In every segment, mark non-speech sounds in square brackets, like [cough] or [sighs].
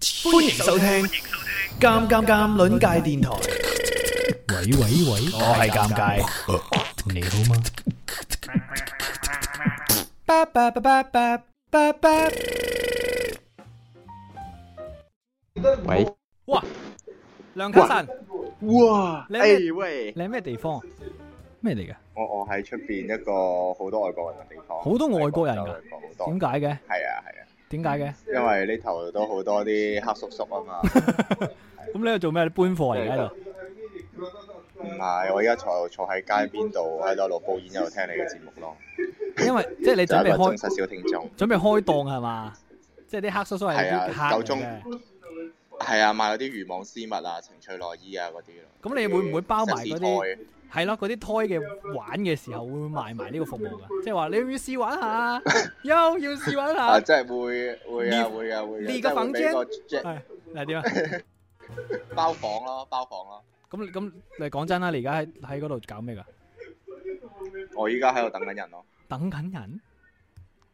歡迎收聽《尷尷尷》鄰界電台。喂喂喂，我係尷尬，你好嗎？巴巴巴巴巴巴巴。喂，哇！梁家臣，哇，你哎喂，你喺咩地方？咩嚟噶？我我喺出邊一個好多外國人嘅地方，好多外國人㗎喺廣州嚟講好多點，解嘅？係啊係啊，點解嘅？因為呢頭都好多啲黑叔叔啊 [laughs] 嘛，咁你喺度做咩？你搬貨嚟喺度？唔係，我而家坐坐喺街邊度喺度一路煲煙一路聽你嘅節目咯，因為即係你就準係備一個忠開實小聽眾，準備開檔係 [laughs] 嘛？即係啲黑叔叔係啲係啊客嚟夠鐘嘅。係啊，賣嗰啲漁網絲襪啊、情趣內衣啊嗰啲咯，咁你會唔會包埋嗰啲？啲？係咯，嗰啲胎嘅玩嘅時候會唔會賣埋呢個服務 [laughs] 㗎？即係話你要唔要試玩下？有要試玩啊，下？真係會會啊 Leave- 會啊會 Leave 啊，即係會俾個係嗱點啊？包房咯，包房咯，咁你咁你講真啦，你而家喺喺嗰度搞咩㗎？我依家喺度等緊人咯，等緊人，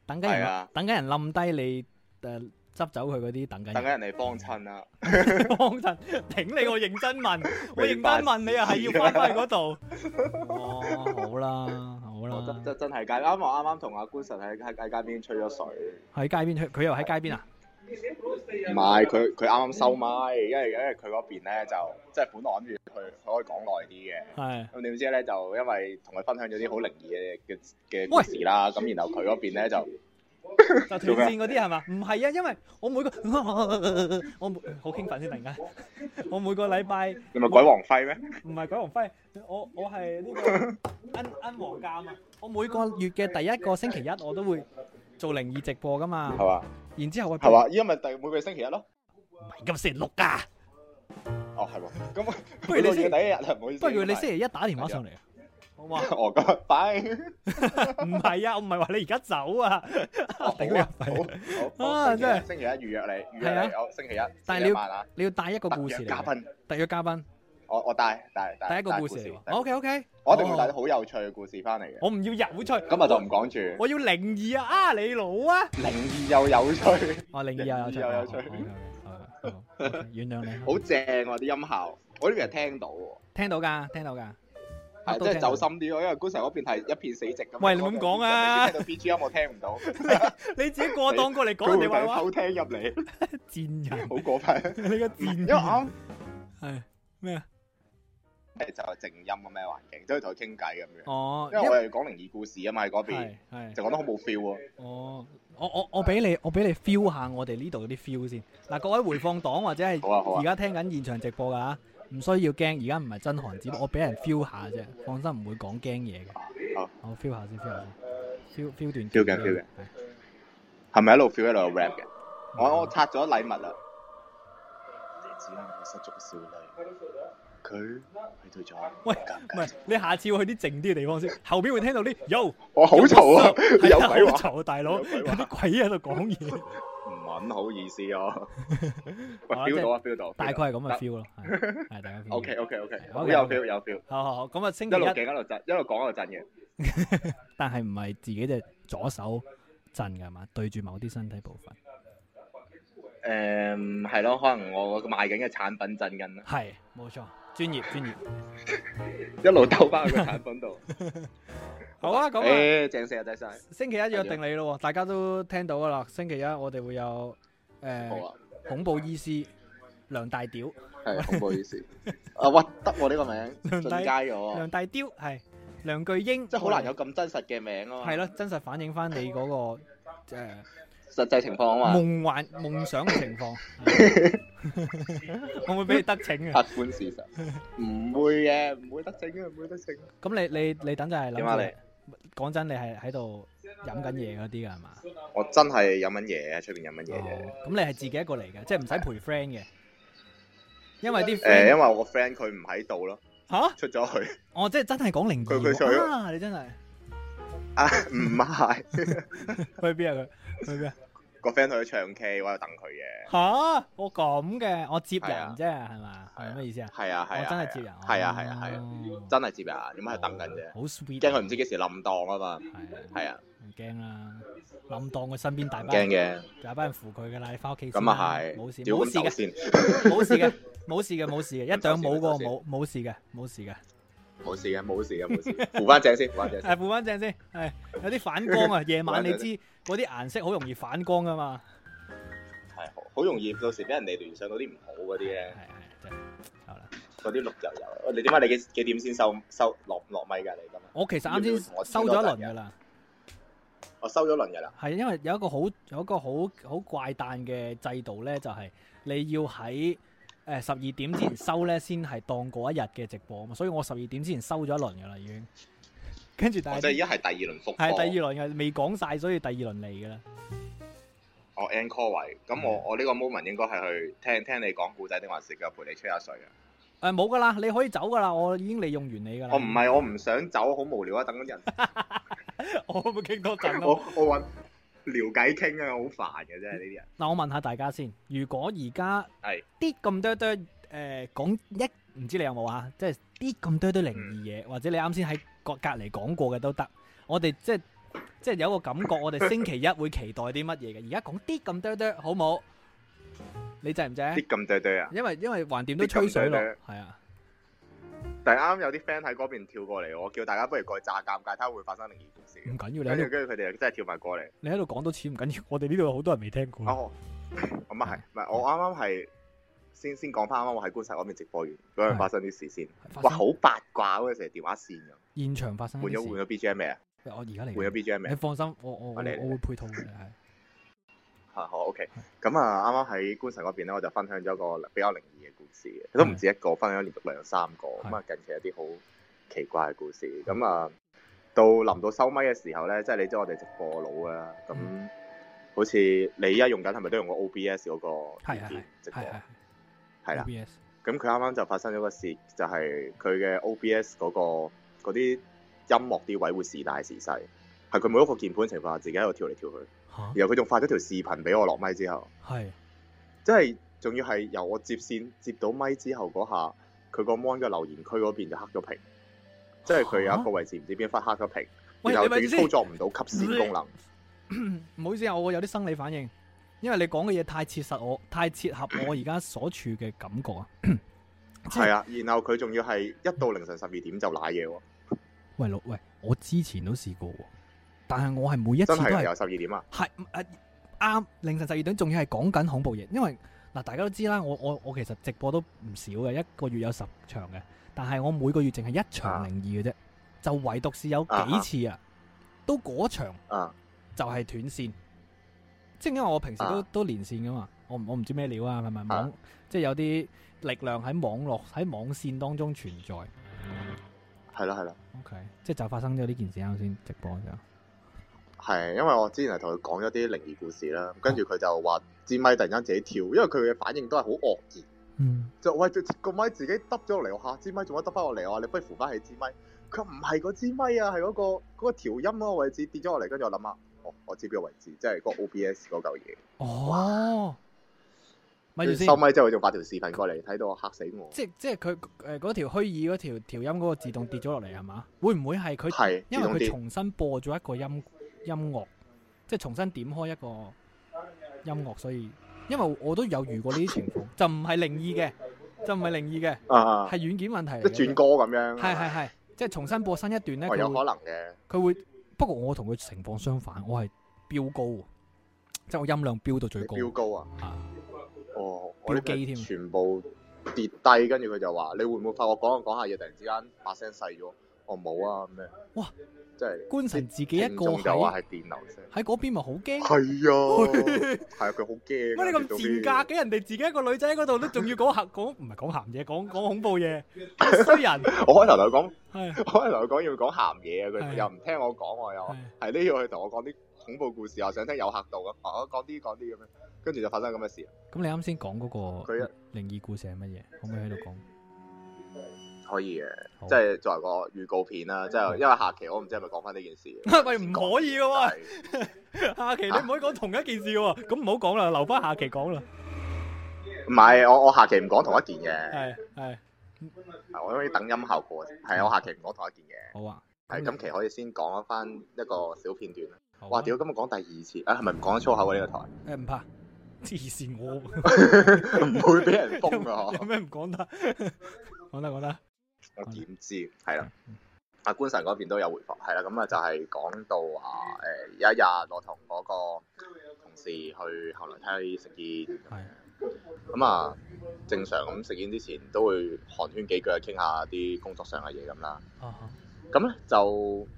等緊係人，啊，等緊人冧低你誒執走佢嗰啲等緊人。等緊人嚟幫襯啊。幫襯，頂你！我認真問， [laughs] 我認真明白問你啊，係要翻返去嗰度。 [laughs] 哦，好啦，好我啦真，真真係街，啱我啱啱同阿官神喺喺喺街邊吹咗水，喺街邊佢佢又喺街邊啊？唔係佢佢啱啱收麥，因為因為佢嗰邊咧就即係本來諗住佢佢可以講耐啲嘅，係。咁點知咧就因為同佢分享咗啲好靈異嘅嘅嘅喂故事啦，咁然後佢嗰邊咧就就斷線嗰啲係嘛？唔係啊，因為我每個 [laughs] 我每好興奮先，突然間 [laughs] 我每個禮拜你咪鬼王輝咩？唔係鬼王輝，我我係呢、個恩恩王監啊！我每個月嘅第一個星期一我都會做靈異直播噶嘛，係嘛然之後我係嘛？依家咪第每個星期一咯。咁星期六㗎，哦係喎，咁不如你每個月星第一日啊，唔好意思。不如你星期一打電話上嚟啊！好嘛？ [laughs] 哦咁拜， [laughs] 唔係啊，我唔係話你而家走啊，[laughs] 哦頂你個好肺！好好啊好，星期真一係星期一預約係你，預約啊你，好星期一，但係星期一晚啊，你要帶一個特故約事嚟嘉嘅，賓。特約嘉賓，我我帶帶帶第一個帶故事嚟帶喎。OK OK，我一定會帶啲好有趣嘅故事翻嚟嘅。我唔要有趣，今日就唔講住，我要靈異啊！啊，你老啊！靈異又有趣，哦，靈異又有趣，靈異又有趣哦，OK，OK，好好，OK，原諒你。好正喎啲音效，我呢邊係聽到喎，聽到㗎，聽到㗎。乜係都即係聽到走心啲咯，因為高 Sir 嗰邊係一片死寂咁。喂你唔好咁講啊聽到 B G M 我聽唔到，你自己過檔過嚟講佢會人哋壞想話，偷聽 [laughs] 入嚟，賤人，好過分。你個因賤為人。我啱係咩啊？係就係靜音嘅咩環境，都要同佢傾偈咁樣。哦，因為我哋講靈異故事啊嘛，喺嗰邊係係就講得好冇 feel 喎。哦，我我我俾你我俾你 feel 下我哋呢度啲 feel 先。嗱，各位回放黨或者係好啊好而啊，家聽緊現場直播㗎嚇，唔需要驚。而家唔係真寒，只不過我俾人 feel 下啫，放心唔會講驚嘢嘅。好，我 feel 下先，feel 下先，feel feel 段 feel 嘅嘅 feel 嘅嘅。係係咪一路 feel 一路 rap 嘅？我我拆咗禮物啦。你只能我失足嘅少女，佢去到咗喂尷唔尬係，你下次要去啲靜啲嘅地方先，後邊會聽到啲 Yo 我 [laughs] 好嘈啊！ [laughs] 係有啊鬼好話，嘈啊大佬，有有鬼話啲鬼喺度講嘢，唔揾好意思啊！喂啊即係，feel 到啊，feel 到， [laughs] 大概係咁嘅 feel 咯， [laughs] 係係大家 feel。 O K O K O K，係好 OK，有 OK feel 有 feel，好好好，咁啊星一期路一，勁一路震，一路講一路震嘅。但係唔係自己隻左手震㗎嘛，對住某啲身體部分，誒，係咯，可能我賣緊嘅產品震緊啦，係冇錯，專業專業。一路兜翻去個產品度。好啊，咁啊。誒，正死啊，真係星期一約定你咯喎，大家都聽到噶啦。星期一我哋會有誒、呃好啊，恐怖醫師梁大屌，係好唔好意思。啊，屈得我呢個梁名，帝進階咗喎梁。大雕係梁巨英，哦即係好難有咁真實嘅名啊嘛，係咯，真實反映翻你嗰、啊個誒、呃、實際情況啊嘛，夢幻夢想嘅情 [laughs] 況，係會唔會俾你得逞客啊？觀事實，唔會嘅，唔會得逞嘅，唔會得逞。咁你你你等陣係點啊諗住講真，你係喺度飲緊嘢嗰啲㗎係嘛？我真係飲緊嘢啊喺出邊飲緊嘢啫。哦咁你係自己一個嚟嘅，即係唔使陪 friend 嘅，因為啲誒，因 friend 為我個 friend 佢唔喺度咯，嚇。出咗去 [laughs] 哦，即係真係講靈佢異佢喎上啊！你真係啊，唔係去邊啊？佢去邊啊？個 friend 去咗唱 K，我喺度等佢嘅。嚇！我咁嘅，我接人係啊啫，係嘛？係啊係咩意思啊？係啊，我係啊，真係接人。係啊，係啊，係啊，啊真係接人，咁喺度等緊啫，好 sweet，驚佢唔知幾時冧檔啊嘛。係啊。係啊，嗯唔驚啦，冧當佢身邊大唔班驚人嘅，大班人扶佢噶啦，你翻屋企先咁啦啊係，冇事屌冇咁事走嘅。先，冇事嘅，冇事嘅，冇事嘅，一掌冇過首先冇冇事嘅，冇事嘅。冇事嘅，冇事嘅，[laughs] 冇事，扶翻正先，扶翻正先，誒，扶翻正先，係有啲反光 [laughs] 啊，夜晚你知嗰啲顏色好容易反光噶嘛。係好好容易到時俾人哋聯想到啲唔好嗰啲係咧，係，真係好啦。嗰啲綠油油，喂你點解你幾幾點先收收落落米㗎你咁啊？我其實啱先收咗一輪噶啦，我收咗輪㗎啦，係因為有一個好有一個好好怪誕嘅制度咧，就係、你要喺誒十二點之前收咧，先係當嗰一日嘅直播啊嘛。所以我十二點之前收咗一輪噶啦，已經。跟住但我即係係而家係第二輪哦復係課第。二輪嘅未講晒，所以第二輪嚟噶啦。我 encore 位，嗯咁我我呢個 moment 應該係去聽聽你講故仔定還是繼續陪你吹下水啊？誒冇噶啦，你可以走噶啦，我已經利用完你噶啦。我唔係，我唔想走，好無聊啊！等緊人， [laughs] 我咪傾多陣啊我咯。我揾聊偈傾啊，好煩嘅啫呢啲人。嗱，我問下大家先，如果而家係啲咁多多誒講一唔知你有冇啊？即係啲咁多多靈嗯異嘢，或者你啱先喺隔隔離講過嘅都得。我哋即係即係有個感覺，我哋星期一會期待啲乜嘢嘅。而家講啲咁多多好冇？你制唔制啊？啲咁對對啊！因為因為橫掂都吹水咯，啲咁係啊，但係啱啱有啲 friend 喺嗰邊跳過嚟，我叫大家不如過去炸尷尬，睇下會發生靈異故事唔嘅。緊要。跟你住喺度跟住佢哋真係啊跳埋過嚟。你喺度講多次唔緊要，我哋呢度好多人未聽過。哦， [laughs] 咁啊係，唔係我啱啱係先先講翻啱啱我喺觀察嗰邊直播完嗰樣發生啲事先。發哇，生好八卦啊嗰成日電話線咁。現場發生換啲咗事換咗 BGM 未啊？我而家嚟換嘅。咗 BGM 未你？放心，我我我啊你嚟我會配套嘅，係啊，好 OK。咁啊，啱啱喺觀辰嗰邊咧，我就分享咗個比較靈異嘅故事嘅，都唔止一個，分享連續兩三個。咁啊，近期有啲好奇怪嘅故事。咁啊，到臨到收咪嘅時候咧，即係你知我哋直播佬啊，咁嗯好似你而家用緊係咪都用過 OBS 嗰個係軟件直係播係？係係啦。 ，OBS 咁佢啱啱就發生咗個事，就係佢嘅 OBS 嗰、個嗰啲音樂啲位會時大時細，係佢每一個鍵盤情況下自己喺度跳嚟跳去。嚇然後佢仲發咗條視頻俾我落咪之後。係即係仲要係由我接線接到咪之後嗰下，佢個 mon 嘅留言區嗰邊就黑咗屏，即係佢有一個位置唔知邊忽黑咗屏，啊喂，然你後仲咪要先操，作唔到吸線功能， [coughs] 唔好意思啊，我有啲生理反應，因為你講嘅嘢太切實我，太切合我而家所處嘅感 [coughs] 覺啊。係啊，然後佢仲要係一到凌晨十二點就瀨嘢喎，喂老喂，我之前都試過喎，但係我係每一次真都係係由十二點啊，係誒啱凌晨十二點，仲要係講緊恐怖嘢，因為嗱大家都知啦，我我我其實直播都唔少嘅，一個月有十場嘅，但係我每個月淨係一場啊靈異嘅啫，就唯獨是有幾次啊，都嗰場啊就係斷線，即係因為我平時都啊都連線噶嘛，我唔我唔知咩料啊，係咪網啊即係有啲力量喺網絡喺網線當中存在係啦係啦， ，OK，即係就發生咗呢件事啱先直播就係因為我之前係同佢講咗啲靈異故事啦，跟住佢就話支咪突然間自己跳，因為佢嘅反應都係好愕然。嗯就喂個咪自己耷咗落嚟，我下支咪做乜耷翻落嚟？我話你不如扶翻起支咪。佢話唔係嗰支咪啊，係嗰、個嗰、個調音嗰啊個位置跌咗落嚟，跟住我諗下，哦，我知邊個位置，即係嗰個 OBS 嗰嚿嘢。哦，咪住跟住先收。咪之後，佢仲發條視頻過嚟，睇到我嚇死我。即即係佢誒嗰條虛擬嗰條調音嗰個自動跌咗落嚟係嘛？會唔會係佢係，因為自動佢跌重新播咗一個音音樂，即係重新點開一個音樂，所以因為我都有遇過呢啲情況，就唔係靈異嘅，就唔係靈異嘅，啊，係軟件問題嚟即係嘅。轉歌咁樣。哦係係係，即係重新播新一段咧，哦，有佢會可能嘅。佢會。不過我同佢情況相反，我係飆高喎，即係我音量飆到最你高。飆高啊！啊哦，我呢飆機添邊全部跌低，跟住佢就話：你會唔會發覺講下講下嘢，突然之間把聲細咗？我冇啊，咁樣。哇！即係官神自己一聽個眾就喺話係啊電流聲。喺嗰邊咪好驚。係啊，係啊，佢好驚啊。乜你咁見到賤啲格嘅？人哋自己一個女仔喺嗰度都仲要講 [laughs] 鹹講唔係講鹹嘢，講講恐怖嘢，衰人我開頭同佢講， [laughs] 係我開頭同佢講要講鹹嘢啊，係佢又唔聽我講喎，又係係呢要佢同我講啲恐怖故事，又想聽有嚇到咁，我講啲講啲咁樣，跟住就發生咁嘅事。咁你啱先講嗰個佢靈異故事係乜嘢？可唔可以喺度講？可以嘅，好。即係作為個預告片啊啦，即係因為下期我唔知係咪講翻呢件事 [laughs] [laughs] 喂唔可以嘅喎，下期你唔可以講同一件事喎，咁唔好講啦，留翻下期講啦。唔係我我下期唔講同一件嘅，係係我可以等音效啊果。係我下期唔講同一件嘅，好啊。係今期可以先講翻一個小片段啦。好啊哇！屌，今日講第二次啊，係咪唔講得粗口啊？呢個台誒唔怕，黐線我唔會俾人 [laughs] 封啊！有咩唔講得？講得講得，我點知係啦。嗯阿官神嗰邊都有回覆，係啦，咁啊就係講到話誒有一日我同嗰個同事去後來梯食煙，係咁啊正常咁食煙之前都會寒暄幾句，傾下啲工作上嘅嘢咁啦。啊咁咧就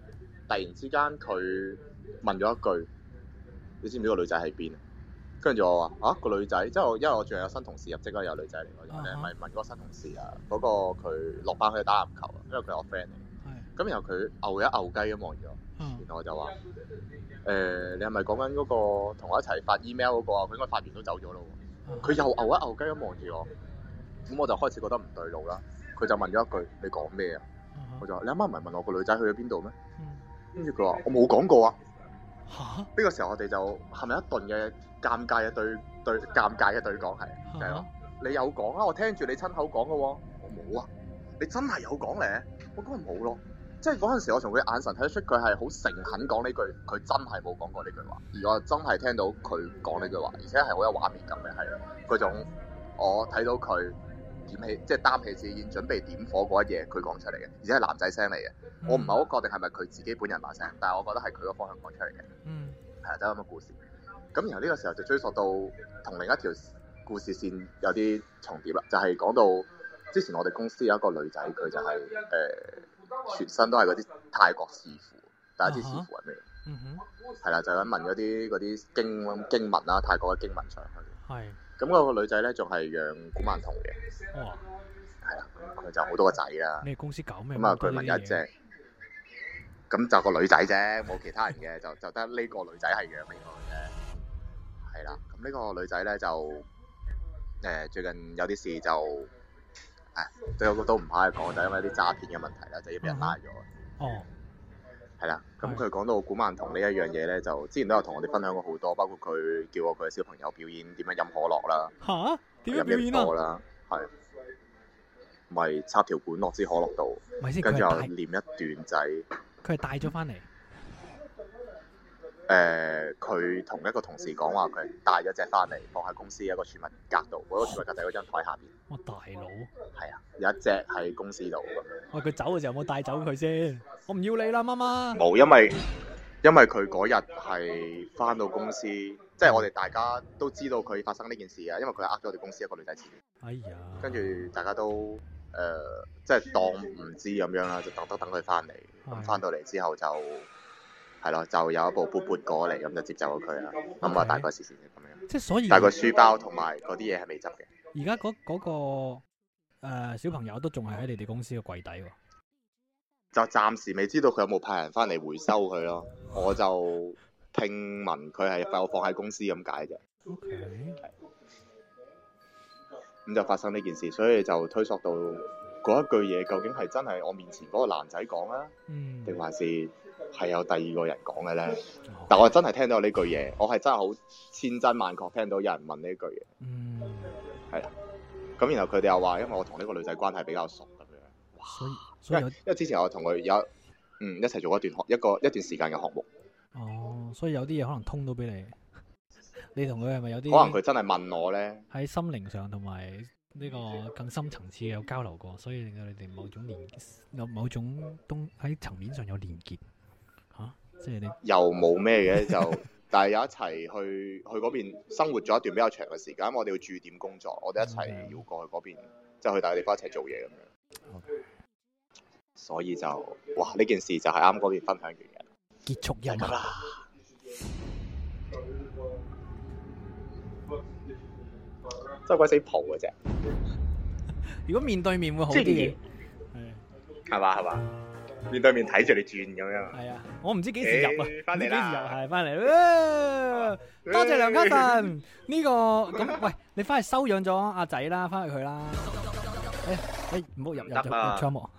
突然之間佢問咗一句：你知唔知個女仔喺邊啊？跟住我話啊個女仔，即係我因為我仲有新同事入職啦，有女仔嚟嗰陣咧，啊哈咪問嗰個新同事啊，嗰、個佢落班去打籃球啊，因為佢係我 friend 嚟。係咁然後佢牛一牛雞咁望住我，啊然後我就話：誒、你係咪講緊嗰個同我一齊發 email 嗰、個啊？佢應該發完都走咗咯喎。佢又牛一牛雞咁望住我，咁我就開始覺得唔對路啦。佢就問咗一句：你講咩啊？我就話：你啱啱唔係問我個女仔去咗邊度咩？跟住佢話：我冇講過啊！嚇呢、個時候我哋就係咪一頓嘅尷尬嘅對對尷尬嘅對講係就係咯，你有講啊，我聽住你親口講嘅喎，我冇啊，你真係有講咧，我嗰日冇咯。即係嗰陣時，我從佢眼神睇得出佢係好誠懇講呢句，佢真係冇講過呢句話，而我真係聽到佢講呢句話，而且係好有畫面感嘅，係嗰種我睇到佢點起，即係擔起支煙準備點火嗰一夜，佢講出嚟嘅，而且係男仔聲嚟嘅。嗯我唔係好確定係咪佢自己本人把聲，但係我覺得係佢個方向講出嚟嘅，嗯係啦，就係咁嘅故事。咁然後呢個時候就追溯到同另一條故事線有啲重疊啦，就係、講到之前我哋公司有一個女仔，佢就係、呃全身都係嗰啲泰國師傅，但係啲師傅係咩？嗯哼係啦，就咁問嗰啲嗰啲經經文啦，泰國嘅經文上去。係咁嗰個女仔咧仲係養古曼童嘅，哇！係啦，佢就好多個仔啦。你哋公司搞咩咁啊，咁多佢呢問啲有一嘢隻，咁就個女仔啫，冇其他人嘅，就就得呢個女仔係養呢個嘅啫。係啦，咁呢個女仔咧就誒、最近有啲事就誒、唉都都唔怕講，就因為啲詐騙嘅問題啦，就要俾人拉咗。哦係啦，咁嗯係佢講到古曼童呢一樣嘢咧，就之前都有同我哋分享過好多，包括佢叫過佢嘅小朋友表演點樣飲可樂啦，嚇點飲樣表幾演啊多？啦，係咪插條管落支可樂度，咪先佢跟住又係念一段仔。帶佢係帶咗翻嚟，誒，呃佢同一個同事講話，佢帶咗隻翻嚟，放喺公司一個儲物格度， [sighs] 嗰、個儲物格就喺嗰張台下邊，我大佬喂係啊，有一隻喺公司度咁樣。佢走嘅時候有冇帶走佢先？我唔要你啦，媽媽。冇，因為因為佢嗰日係翻到公司，即係我哋大家都知道佢發生呢件事啊，因為佢係呃咗我哋公司一個女仔錢，哎呀，跟住大家都誒、呃即係當唔知咁樣啦，就等等等佢翻嚟，咁係翻到嚟之後就係咯，就有一部撥撥過嚟，咁就接走咗佢啦。咁啊， OK 大概事情就咁樣。即係所以但係個書包同埋嗰啲嘢係未執嘅，而家嗰嗰個、呃、小朋友都仲係喺你哋公司嘅櫃底喎。就暫時未知道佢有冇派人翻嚟回收佢咯。我就聽聞佢係有放喺公司咁解啫， O K，咁就發生呢件事，所以就推索到嗰一句嘢究竟係真係我面前嗰個男仔講啊，嗯，定還是係有第二個人講嘅咧？哦但我真係聽到呢句嘢，我係真係好千真萬確聽到有人問呢句嘢。嗯，咁然後佢哋又話，因為我同呢個女仔關係比較熟咁樣。所以因所以有為因為之前我同佢有嗯一齊做過一段學一個一段時間嘅項目。哦，所以有啲嘢可能通到俾你。你同佢係咪有可能佢啲真係問我咧，喺心靈上同埋呢個嗯更深層次有交流過，所以令到你哋某種連有某種東喺層面上有連結嚇、即係你又冇咩 [laughs] 嘅就，但係有一齊去去嗰邊生活咗一段比較長嘅時間，因為我哋要駐點工作，我哋一齊要過去嗰邊，即係去大個地方一齊做嘢咁樣 OK。所以就哇呢件事就係啱嗰邊分享完嘅，結束任咁務。啦。真係鬼死蒲嘅啫，如果面對面會好即啲係嘅你。係係嘛係嘛？面對面睇住你轉咁樣。係啊，我唔知幾時入啊，誒唔返知嚟幾時入啦係翻嚟。啊多謝梁嘉臣呢個咁，喂，你翻去收養咗阿仔啦，翻去佢啦。誒誒，唔好入入唔得入啊錯幕，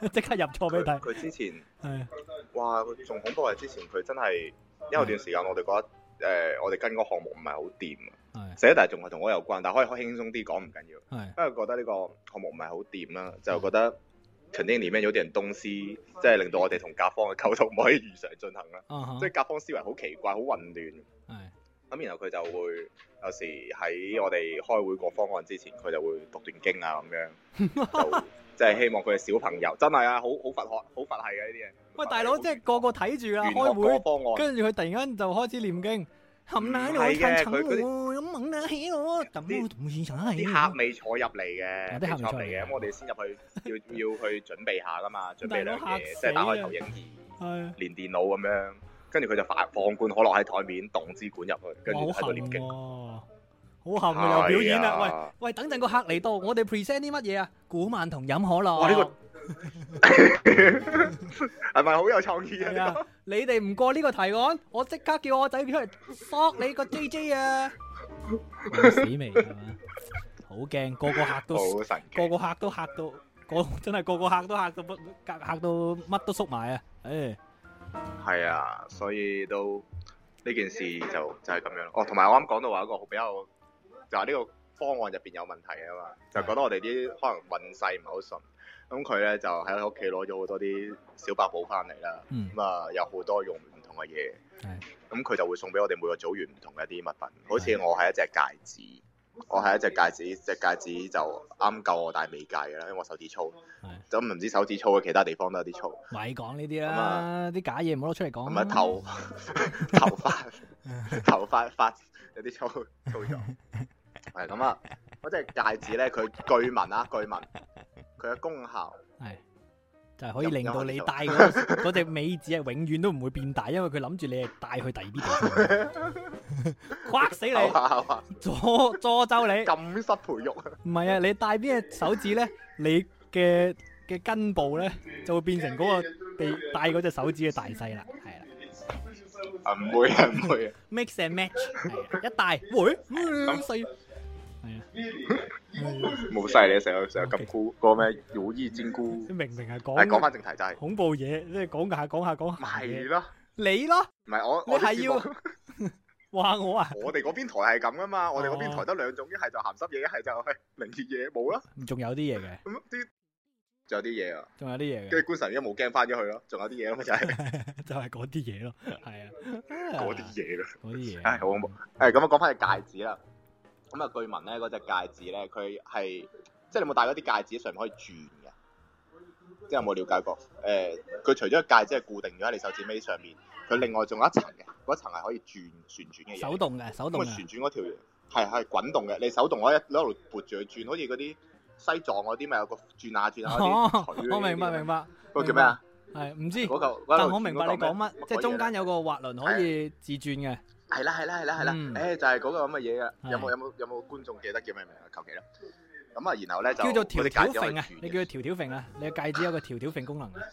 [laughs] 即刻入錯俾你佢睇。 [laughs] 佢之前。係哇！仲恐怖係之前佢真係，因為有段時間我哋覺得誒、呃我哋跟嗰個項目唔係好掂啊，係寫但係仲係同我有關，但係可以可以輕鬆啲講唔緊係要，因為覺得呢個項目唔係好掂啦，就覺得肯定裡面有點東西，即係令到我哋同甲方嘅溝通唔可以如常進行啦。啊哈即係甲方思維好奇怪，好混亂。係咁然後佢就會有時喺我哋開會個方案之前，佢就會讀段經啊咁樣， [laughs] 就即係希望佢嘅小朋友真係啊，好好佛學，好佛系嘅呢啲嘢。喂，大佬，即係個個睇住啦，玄學啊開嗰個會，方案。跟住佢突然間就開始念經，含奶我係嘅撐佢嗰啲我，咁猛打起我，咁我同市場起啲我客。未坐入嚟嘅，哦啲客未坐未入坐入嚟嚟嘅嘅，咁我哋先入去 [laughs] 要要去準備下噶嘛，準大備佬兩嘢，嚇死即係打開啊投影儀，係啊連電腦咁樣，跟住佢就放放罐可樂喺台面，動支管入去，跟哇住好喺度含念經。喎，好含啊！又表演啦，喂喂，等陣個客嚟到，我哋 present 啲乜嘢啊？古曼同飲可樂。哇呢個係咪好有創意係啊？啊，你哋唔過呢個提案，我即刻叫我仔出嚟索你個 J J 啊！死未係嘛？好驚，個個客都好神個奇！啊個客都嚇到，個真係個個客都嚇到不嚇嚇到乜都縮埋啊！誒，係啊，所以都呢件事就就係咁樣咯。哦，同埋我啱講到話一個好比較就係呢個方案入邊有問題啊嘛，就覺得我哋啲可能運勢唔係好順。咁佢咧就喺屋企攞咗好多啲小百寶翻嚟啦。嗯，咁啊有好多用唔同嘅嘢係，咁佢就會送俾我哋每個組員唔同嘅一啲物品。好似我係一隻戒指，我係一隻戒指，隻戒指就啱夠我戴尾戒嘅啦，因為我手指粗係。咁唔知手指粗嘅其他地方都有啲粗，咪講呢啲咁啦啊，啲假嘢唔好攞出嚟講。咁啊頭頭髮頭髮髮有啲粗粗咗，係咁啊！嗰隻戒指咧，佢據聞啊，據聞佢嘅功效。係就係可以令到你戴嗰 [laughs] 嗰隻尾指係啊永遠都唔會變大，因為佢諗住你係帶去第二啲地方， [laughs] 框死係你，嘛係嘛阻阻咒你。禁室培育，唔係啊，你戴邊隻手指咧，你嘅嘅根部咧就會變成嗰個地戴嗰隻手指嘅大細啦，係啦啊唔會啊唔會啊！ ，mix and match，係啊一戴會咁細，係啊係啊，冇晒你成日成日咁菇嗰個咩如意煎菇你。明明係誒，講講翻正題就係，恐怖嘢，即係講下講下講下係嘢，咯，你咯，唔係我你我啲係要節 [laughs] 目話我啊，我哋嗰邊台係咁 [laughs] 噶嘛，我哋嗰邊台得兩種，一係就鹹濕嘢，一係就係靈異嘢，冇啦。仲有啲嘢嘅，咁啲仲有啲嘢啊，仲有啲嘢跟嘅，住官神一冇驚翻咗去咯，仲有啲嘢咁嘛，就係就係嗰啲嘢咯，係啊，À, 嗰啲嘢咯。嗰啲嘢，唉好恐怖誒，咁啊講翻隻戒指啦，咁啊據聞咧嗰隻戒指咧，佢係即係你有冇戴嗰啲戒指上面可以轉嘅？即係有冇了解過？誒，佢除咗個戒指係固定咗喺你手指尾上面，佢另外仲有一層嘅，嗰層係可以轉旋轉嘅嘢。手動嘅，手動咁啊嘅旋。轉嗰條係係滾動嘅，你手動可以一路撥住佢轉，好似嗰啲西藏嗰啲咪有個轉下轉下嗰哦啲，我明白明白。白，嗰個叫咩啊？係唔知。嗰嚿但我明白你講乜，即係中間有。有個滑輪可以自轉嘅，係啦係啦係啦係啦，嗯誒就係嗰個咁嘅嘢啊！係有冇有冇有冇觀眾記得叫咩名啊？求其啦。咁啊，然後咧就叫做條條揈揈啊，你叫佢條條揈啊，你個戒指有個條條揈功能嘅，嗯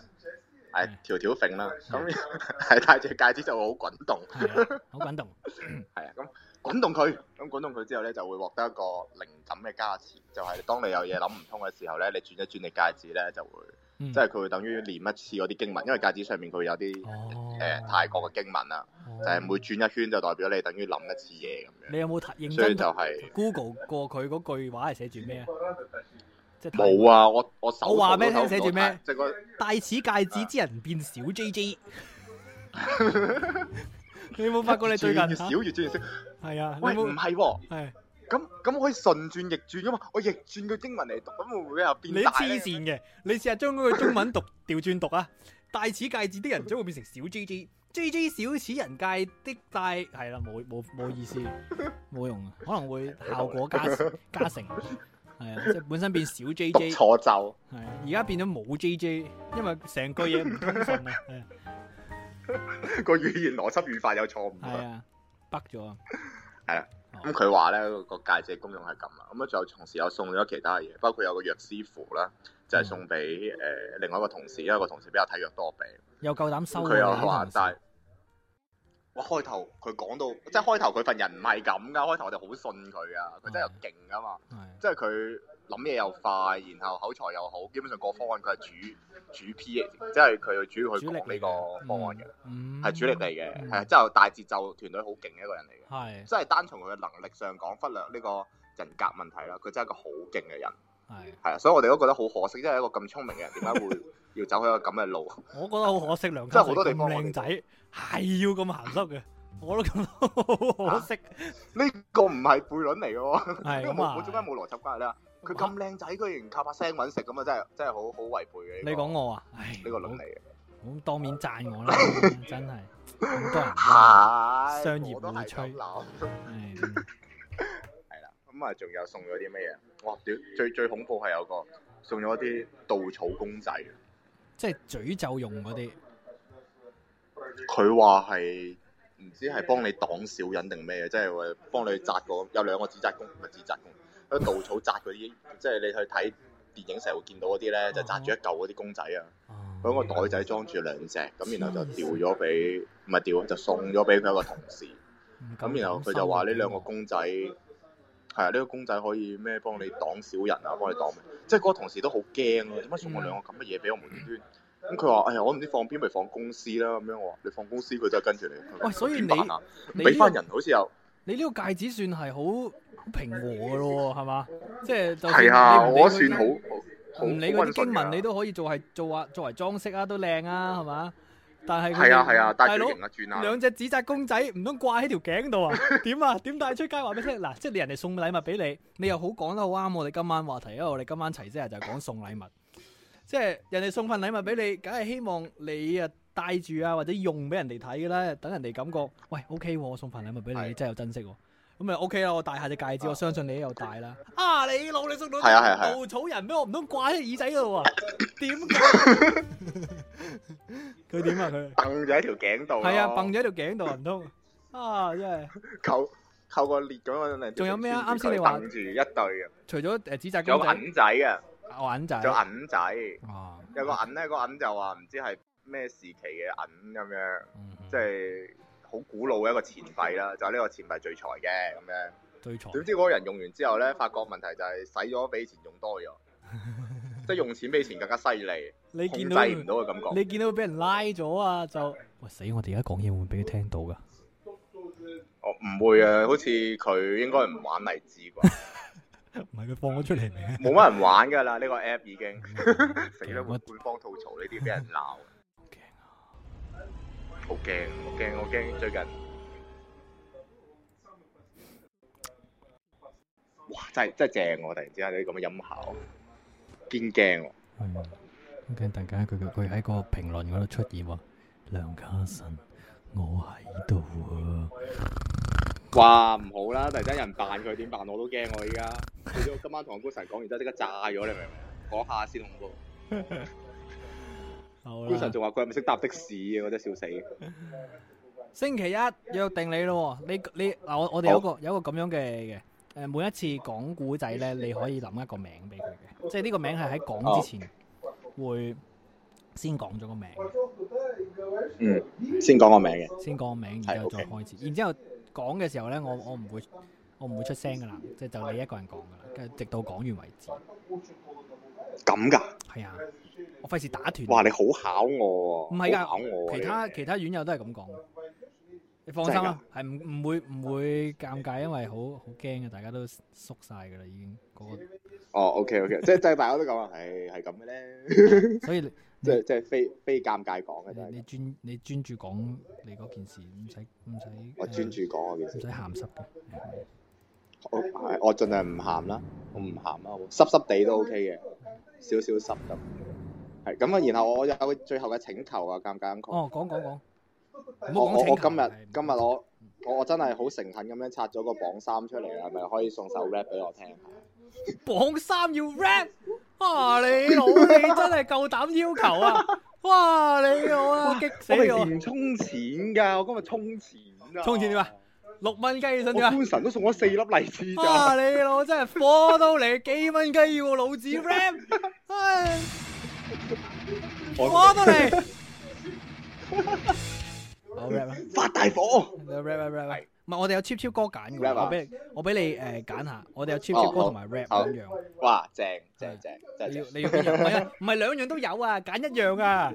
係條條揈啦。咁 [laughs] 係戴住戒指就會好滾動，係啊，好滾動，係啊咁。滾動佢，咁滾動佢之後咧，就會獲得一個靈感嘅加持，就係、當你有嘢諗唔通嘅時候咧，你轉一轉你戒指咧，就會嗯即係佢會等於念一次嗰啲經文，因為戒指上面佢會有啲誒、哦泰國嘅經文啊，就係、每轉一圈就代表你等於諗一次嘢咁你有冇睇認樣，所以真就係、 Google 過佢嗰句話係寫住咩啊？即係冇啊！我我手我話咩手聽寫住咩即係個戴此戒指之人變小 J [laughs] J。你有冇發覺你最近轉越少嚇越轉越少。係啊？你喂，有唔冇係喎，係咁咁我可以順轉逆轉噶嘛？我逆轉個英文嚟讀，咁會唔會又你變大啊黐咧？線嘅？你試下將嗰句中文讀 [laughs] 調轉讀啊！戴此戒指的人將會變成小 J J，J J 小此人界的戴係啦，冇冇冇意思，冇用啊，可能會效果加加成係啊，即係本身變小 J [laughs] 讀 J 錯咒，係啊，而家變咗冇 J J，因為成句嘢唔通順啊，係啊個語言邏輯語法有錯誤係啊。啊，北咗啊，咁佢話咧個戒指功用係咁啊，咁啊仲有同時有送咗其他嘢，包括有個藥師符啦，就嗯係送俾誒呃另外一個同事，因為個同事比較體弱多病。又夠膽收啊佢又話話但係，哇！開頭佢講到，即係開頭佢份人唔係咁噶，開頭我哋好信佢噶，佢真嗯係有勁噶嘛，係即係佢諗嘢又快，然後口才又好，基本上個方案佢係主主 P，即係佢主要去主講力呢個方案嘅，嗯係主力嚟嗯嘅，係之後大節奏團隊好勁嘅一個人嚟嘅，係即係單從佢嘅能力上講，忽略呢個人格問題啦，佢真係一個好勁嘅人。係，係啊，所以我哋都覺得好可惜，因為一個咁聰明嘅人點解會 [laughs] 要走喺一個咁嘅路？我覺得好可惜，梁真家係好瑞多咁地方我哋靚仔，係要咁鹹濕嘅，我都覺得好可惜，呢個唔係悖論嚟嘅喎，係呢個咁冇冇中間啊。冇邏輯關係啦。佢咁靚仔，居然靠把聲揾食，咁啊真係真係好好違背嘅。你呢個講我啊，唉，呢個倫理唔好當面讚我 [laughs] 啦，真係好多人係商業我都係互吹咁諗。唉嗯真係咁啊，仲有送咗啲咩嘢？哇！屌，最最恐怖係有個送咗啲稻草公仔，即係詛咒用嗰啲，佢話係唔知係幫你擋小人定咩嘅，即係話幫你紮個有兩個紙紮公，唔係紙紮公，嗰啲稻草紮嗰啲，即係你去睇電影成日會見到嗰啲咧，就紮住一嚿嗰啲公仔啊，哦嗰個袋仔裝住兩隻，咁然後就掉咗俾唔係掉，就送咗俾佢一個同事。唔敢咁然後佢啊就話呢兩個公仔係啊，呢、個公仔可以咩幫你擋小人啊，幫你擋咩？即係嗰個同事都好驚啊咯，點解送我兩個咁嘅嘢俾我無端嗯端？咁佢話：哎呀，我唔知放邊，咪放公司啦咁樣。我話你放公司，佢真係跟住你。喂所以點你辦啊你俾呢翻個人好似又你呢個戒指算係好好平和嘅咯喎，係嘛？即係就係啊，我算好好好唔理嗰啲溫經順啊文，你㗎。都可以做係做啊作為裝飾啊，都靚啊，係嘛？但係佢係啊哋係啊，大戴住佬型啊轉啊，兩隻紙紮公仔唔通掛喺條頸度啊？ [laughs] 點啊？點帶出街話俾你聽？嗱，即係你人哋送禮物俾你，你又好講得好啱我哋今晚話題，因啊為我哋今晚齊姐就係講送禮物，即係人哋送份禮物俾你，梗係希望你啊帶住啊或者用俾人哋睇嘅啦，等人哋感覺喂 OK 喎，我送份禮物俾你，係你真係有珍惜喎。咁咪 OK 啦，我戴下隻戒指，啊我相信你又戴啦。 [laughs] 啊，你老你送到係啊係啊係啊稻草人俾我唔通掛喺耳仔度 [laughs] 啊？點解？佢點啊佢？蹬咗喺條頸度咯。系啊，蹦咗喺條頸度啊唔 [laughs] 通啊！真係扣扣個裂咁樣嚟。仲有咩啊啱先你話話蹬住一對嘅，除咗诶紙紮仲公仔、有銀仔嘅，啊銀仔仲，有銀仔。啊有個銀咧，個銀就話唔知係咩時期嘅銀咁樣，嗯即係好古老嘅一個錢幣啦，就係呢個錢幣聚財嘅咁樣。最嘈點知嗰個人用完之後咧，發覺問題就係使咗比以前用多咗，即係用錢比以前更加犀利，你控見制到唔到嘅感覺。你見到佢俾人拉咗啊，就喂死！我哋而家講嘢會唔會俾佢聽到㗎？我唔會啊，好似佢應該唔玩荔枝啩，唔係佢放咗出嚟未？冇乜人玩㗎啦，呢個 app 已經死啦，會我官方吐槽呢啲俾人鬧。好驚，我驚，我驚最近，哇！真係真係正喎！突然之間呢啲咁嘅音效，堅驚喎！嗯係，OK，突然間佢佢佢喺個評論嗰度出現話：梁家臣，我喺度啊！哇！唔好啦，突然之間有人扮佢點扮我都驚我依家。你知我今晚同阿官神講完之後即刻炸咗，你明唔明？講下先恐怖。好官神啦，仲話佢係咪識搭的士嘅？我真係笑死。星期一約定你咯喎，你你嗱我我哋有個有一個咁樣嘅嘅。誒每一次講古仔咧，你可以諗一個名俾佢嘅，即係呢個名係喺講之前會先講咗個名。嗯，先講個名嘅。先講個名，然之後係再開始。然之後講嘅時候咧，我我唔會我唔會出聲噶啦，即係就你一個人講噶啦，跟住直到講完為止。咁㗎？係啊，我費事打斷。哇！你好考我唔喎，係㗎好考我喎。其他其他院友都係咁講。你放心啦，係唔唔會唔會尷尬，因為好好驚嘅，大家都縮晒噶啦，已經 [laughs] 嗰、哦，OK OK，即係 [laughs] 即係大家都咁啊，係係咁嘅咧。個。所以你即係即係非非尷尬講嘅，你真係你專你專注講你嗰件事，唔使唔使。我專注講我件呃。唔使事，鹹濕嘅，我係我盡量唔鹹啦，我唔鹹啦，我濕濕地都 OK 嘅，少少濕咁。係咁啊，然後我有個最後嘅請求啊，尷尬咁講，哦，講講講，唔我好我講我請今求日今日我我我真係好誠懇咁樣拆咗個榜三出嚟啊，係咪可以送首 rap 俾我聽下？榜三要 rap，哇你老你真係夠膽要求啊！哇你我啊激死我！充錢㗎，我今日充錢啊充錢點啊？六蚊雞你信我唔信啊？官神都送咗四粒荔枝 [laughs] 哇你老真係火到你幾蚊雞要我老子 rap，唉火到你！好 [laughs] rap 啦，發大火！你 rap rap rap 啊唔係我哋有 cheap cheap 歌揀嘅 Rap 喎，我啊俾你我俾你誒揀下，我哋有 cheap cheap 歌好同埋 rap 好兩樣。哇，正正正真你係要正，你要邊樣？唔係啊，唔係兩樣都有啊，揀一樣啊，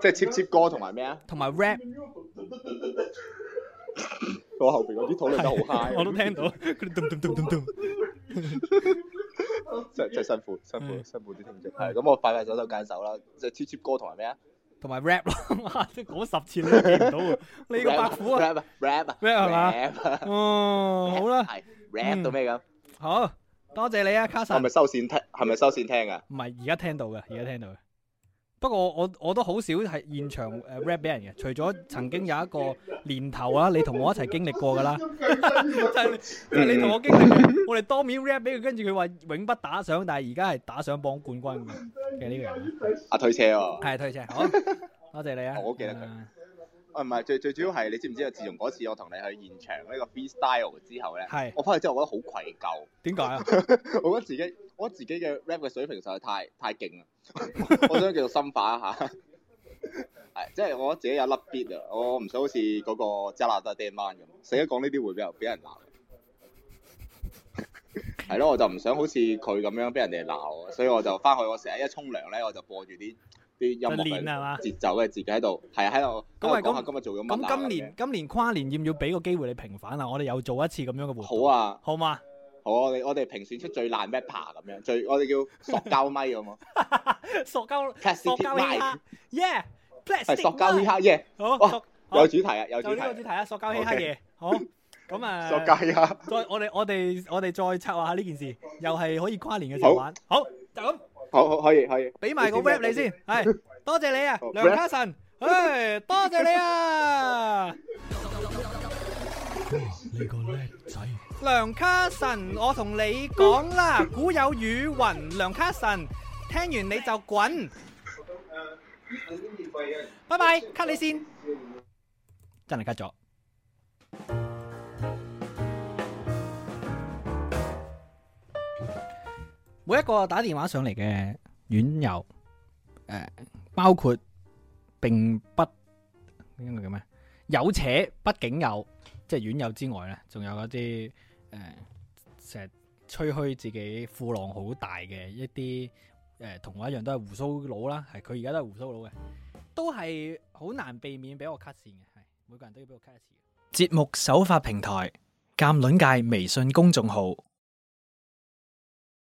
即係 cheap cheap 歌同埋咩啊？同埋 rap。我後邊嗰啲討論得好 high， [laughs] 我都聽到佢哋咚咚咚咚咚。真真辛苦，辛苦嗯辛苦啲聽眾。係咁，我快快手手揀手啦，即係 T T 歌同埋咩啊同埋 rap 咯，哇！即係講十次你都記唔到喎，你個白虎啊！ ？rap 啊 rap 啊 rap 係嘛？rap 啊哦，好啦， [laughs] 嗯係 rap 到咩咁？好多謝你啊，卡神係。咪收線聽？係咪收線聽啊？唔係而家聽到嘅，而家聽到嘅。不過我我我都好少係現場誒 rap 俾人嘅，除咗曾經有一個年頭啊，你同我一齊經歷過㗎啦，就係 [laughs] 你就係你同我經歷嘅，我哋當面 rap 俾佢，跟住佢話永不打賞，但係而家係打賞榜冠軍嘅嘅呢個人，啊阿推車喎。係推車，好，多謝你啊，我好記得佢啊啊，唔係最最主要係你知唔知啊？自從嗰次我同你去現場呢個 freestyle 之後咧，係我翻去之後我覺得好愧疚，點解啊？我覺得自己我覺得自己嘅 rap 嘅水平實在太太勁啦，我想繼續深化一下。係，即係我覺得自己有粒 bit 啊！我唔想好似嗰個加拿大 d a n Man 咁，成日講呢啲會俾人俾人鬧。係咯，我就唔想好似佢咁樣俾人哋鬧，啊所以我就翻去我成日一沖涼咧，我就播住啲啲音樂就練係嘛嘅節奏嘅自己喺度，係啊喺度咁咪喺度講下咁今日做咗乜啊咁今樣年今年跨年要唔要俾個機會你平反啊？我哋又做一次咁樣嘅活好動，，啊，好嘛？好啊我哋我哋評選出最爛 rapper 咁樣，最我哋叫塑膠咪咁啊塑膠塑，plastic 膠嘻哈咪，yeah，plastic 係塑膠嘻哈耶，好，哇塑好有主題啊，有主就題呢啊個主，題啊，塑膠欺黑 OK 嘢。 [laughs] 好，咁啊，塑膠嘻哈，再我哋我哋我哋再策劃下呢件事，又係可以跨年嘅時候好玩。好，就咁，好好可以可以，俾埋個你先 rap 你先。係，多謝你啊好，梁家神。唉，多謝你啊，你個叻仔，梁卡神，我同你講啦，古有語云，梁卡神，聽完你就滾，拜拜，cut 你先，真係 cut 咗。每一個打電話上嚟嘅院友，诶、包括並不應該叫咩？有且不僅有，即係院友之外咧，仲有一啲诶，成、日吹噓自己富浪好大嘅一啲诶、誒同我一樣都係胡鬚佬啦，係佢而家都係胡鬚佬嘅，都係好難避免俾我 cut 線嘅，係每個人都要俾我 cut 一次嘅。節目首發平台：鑑論界微信公眾號。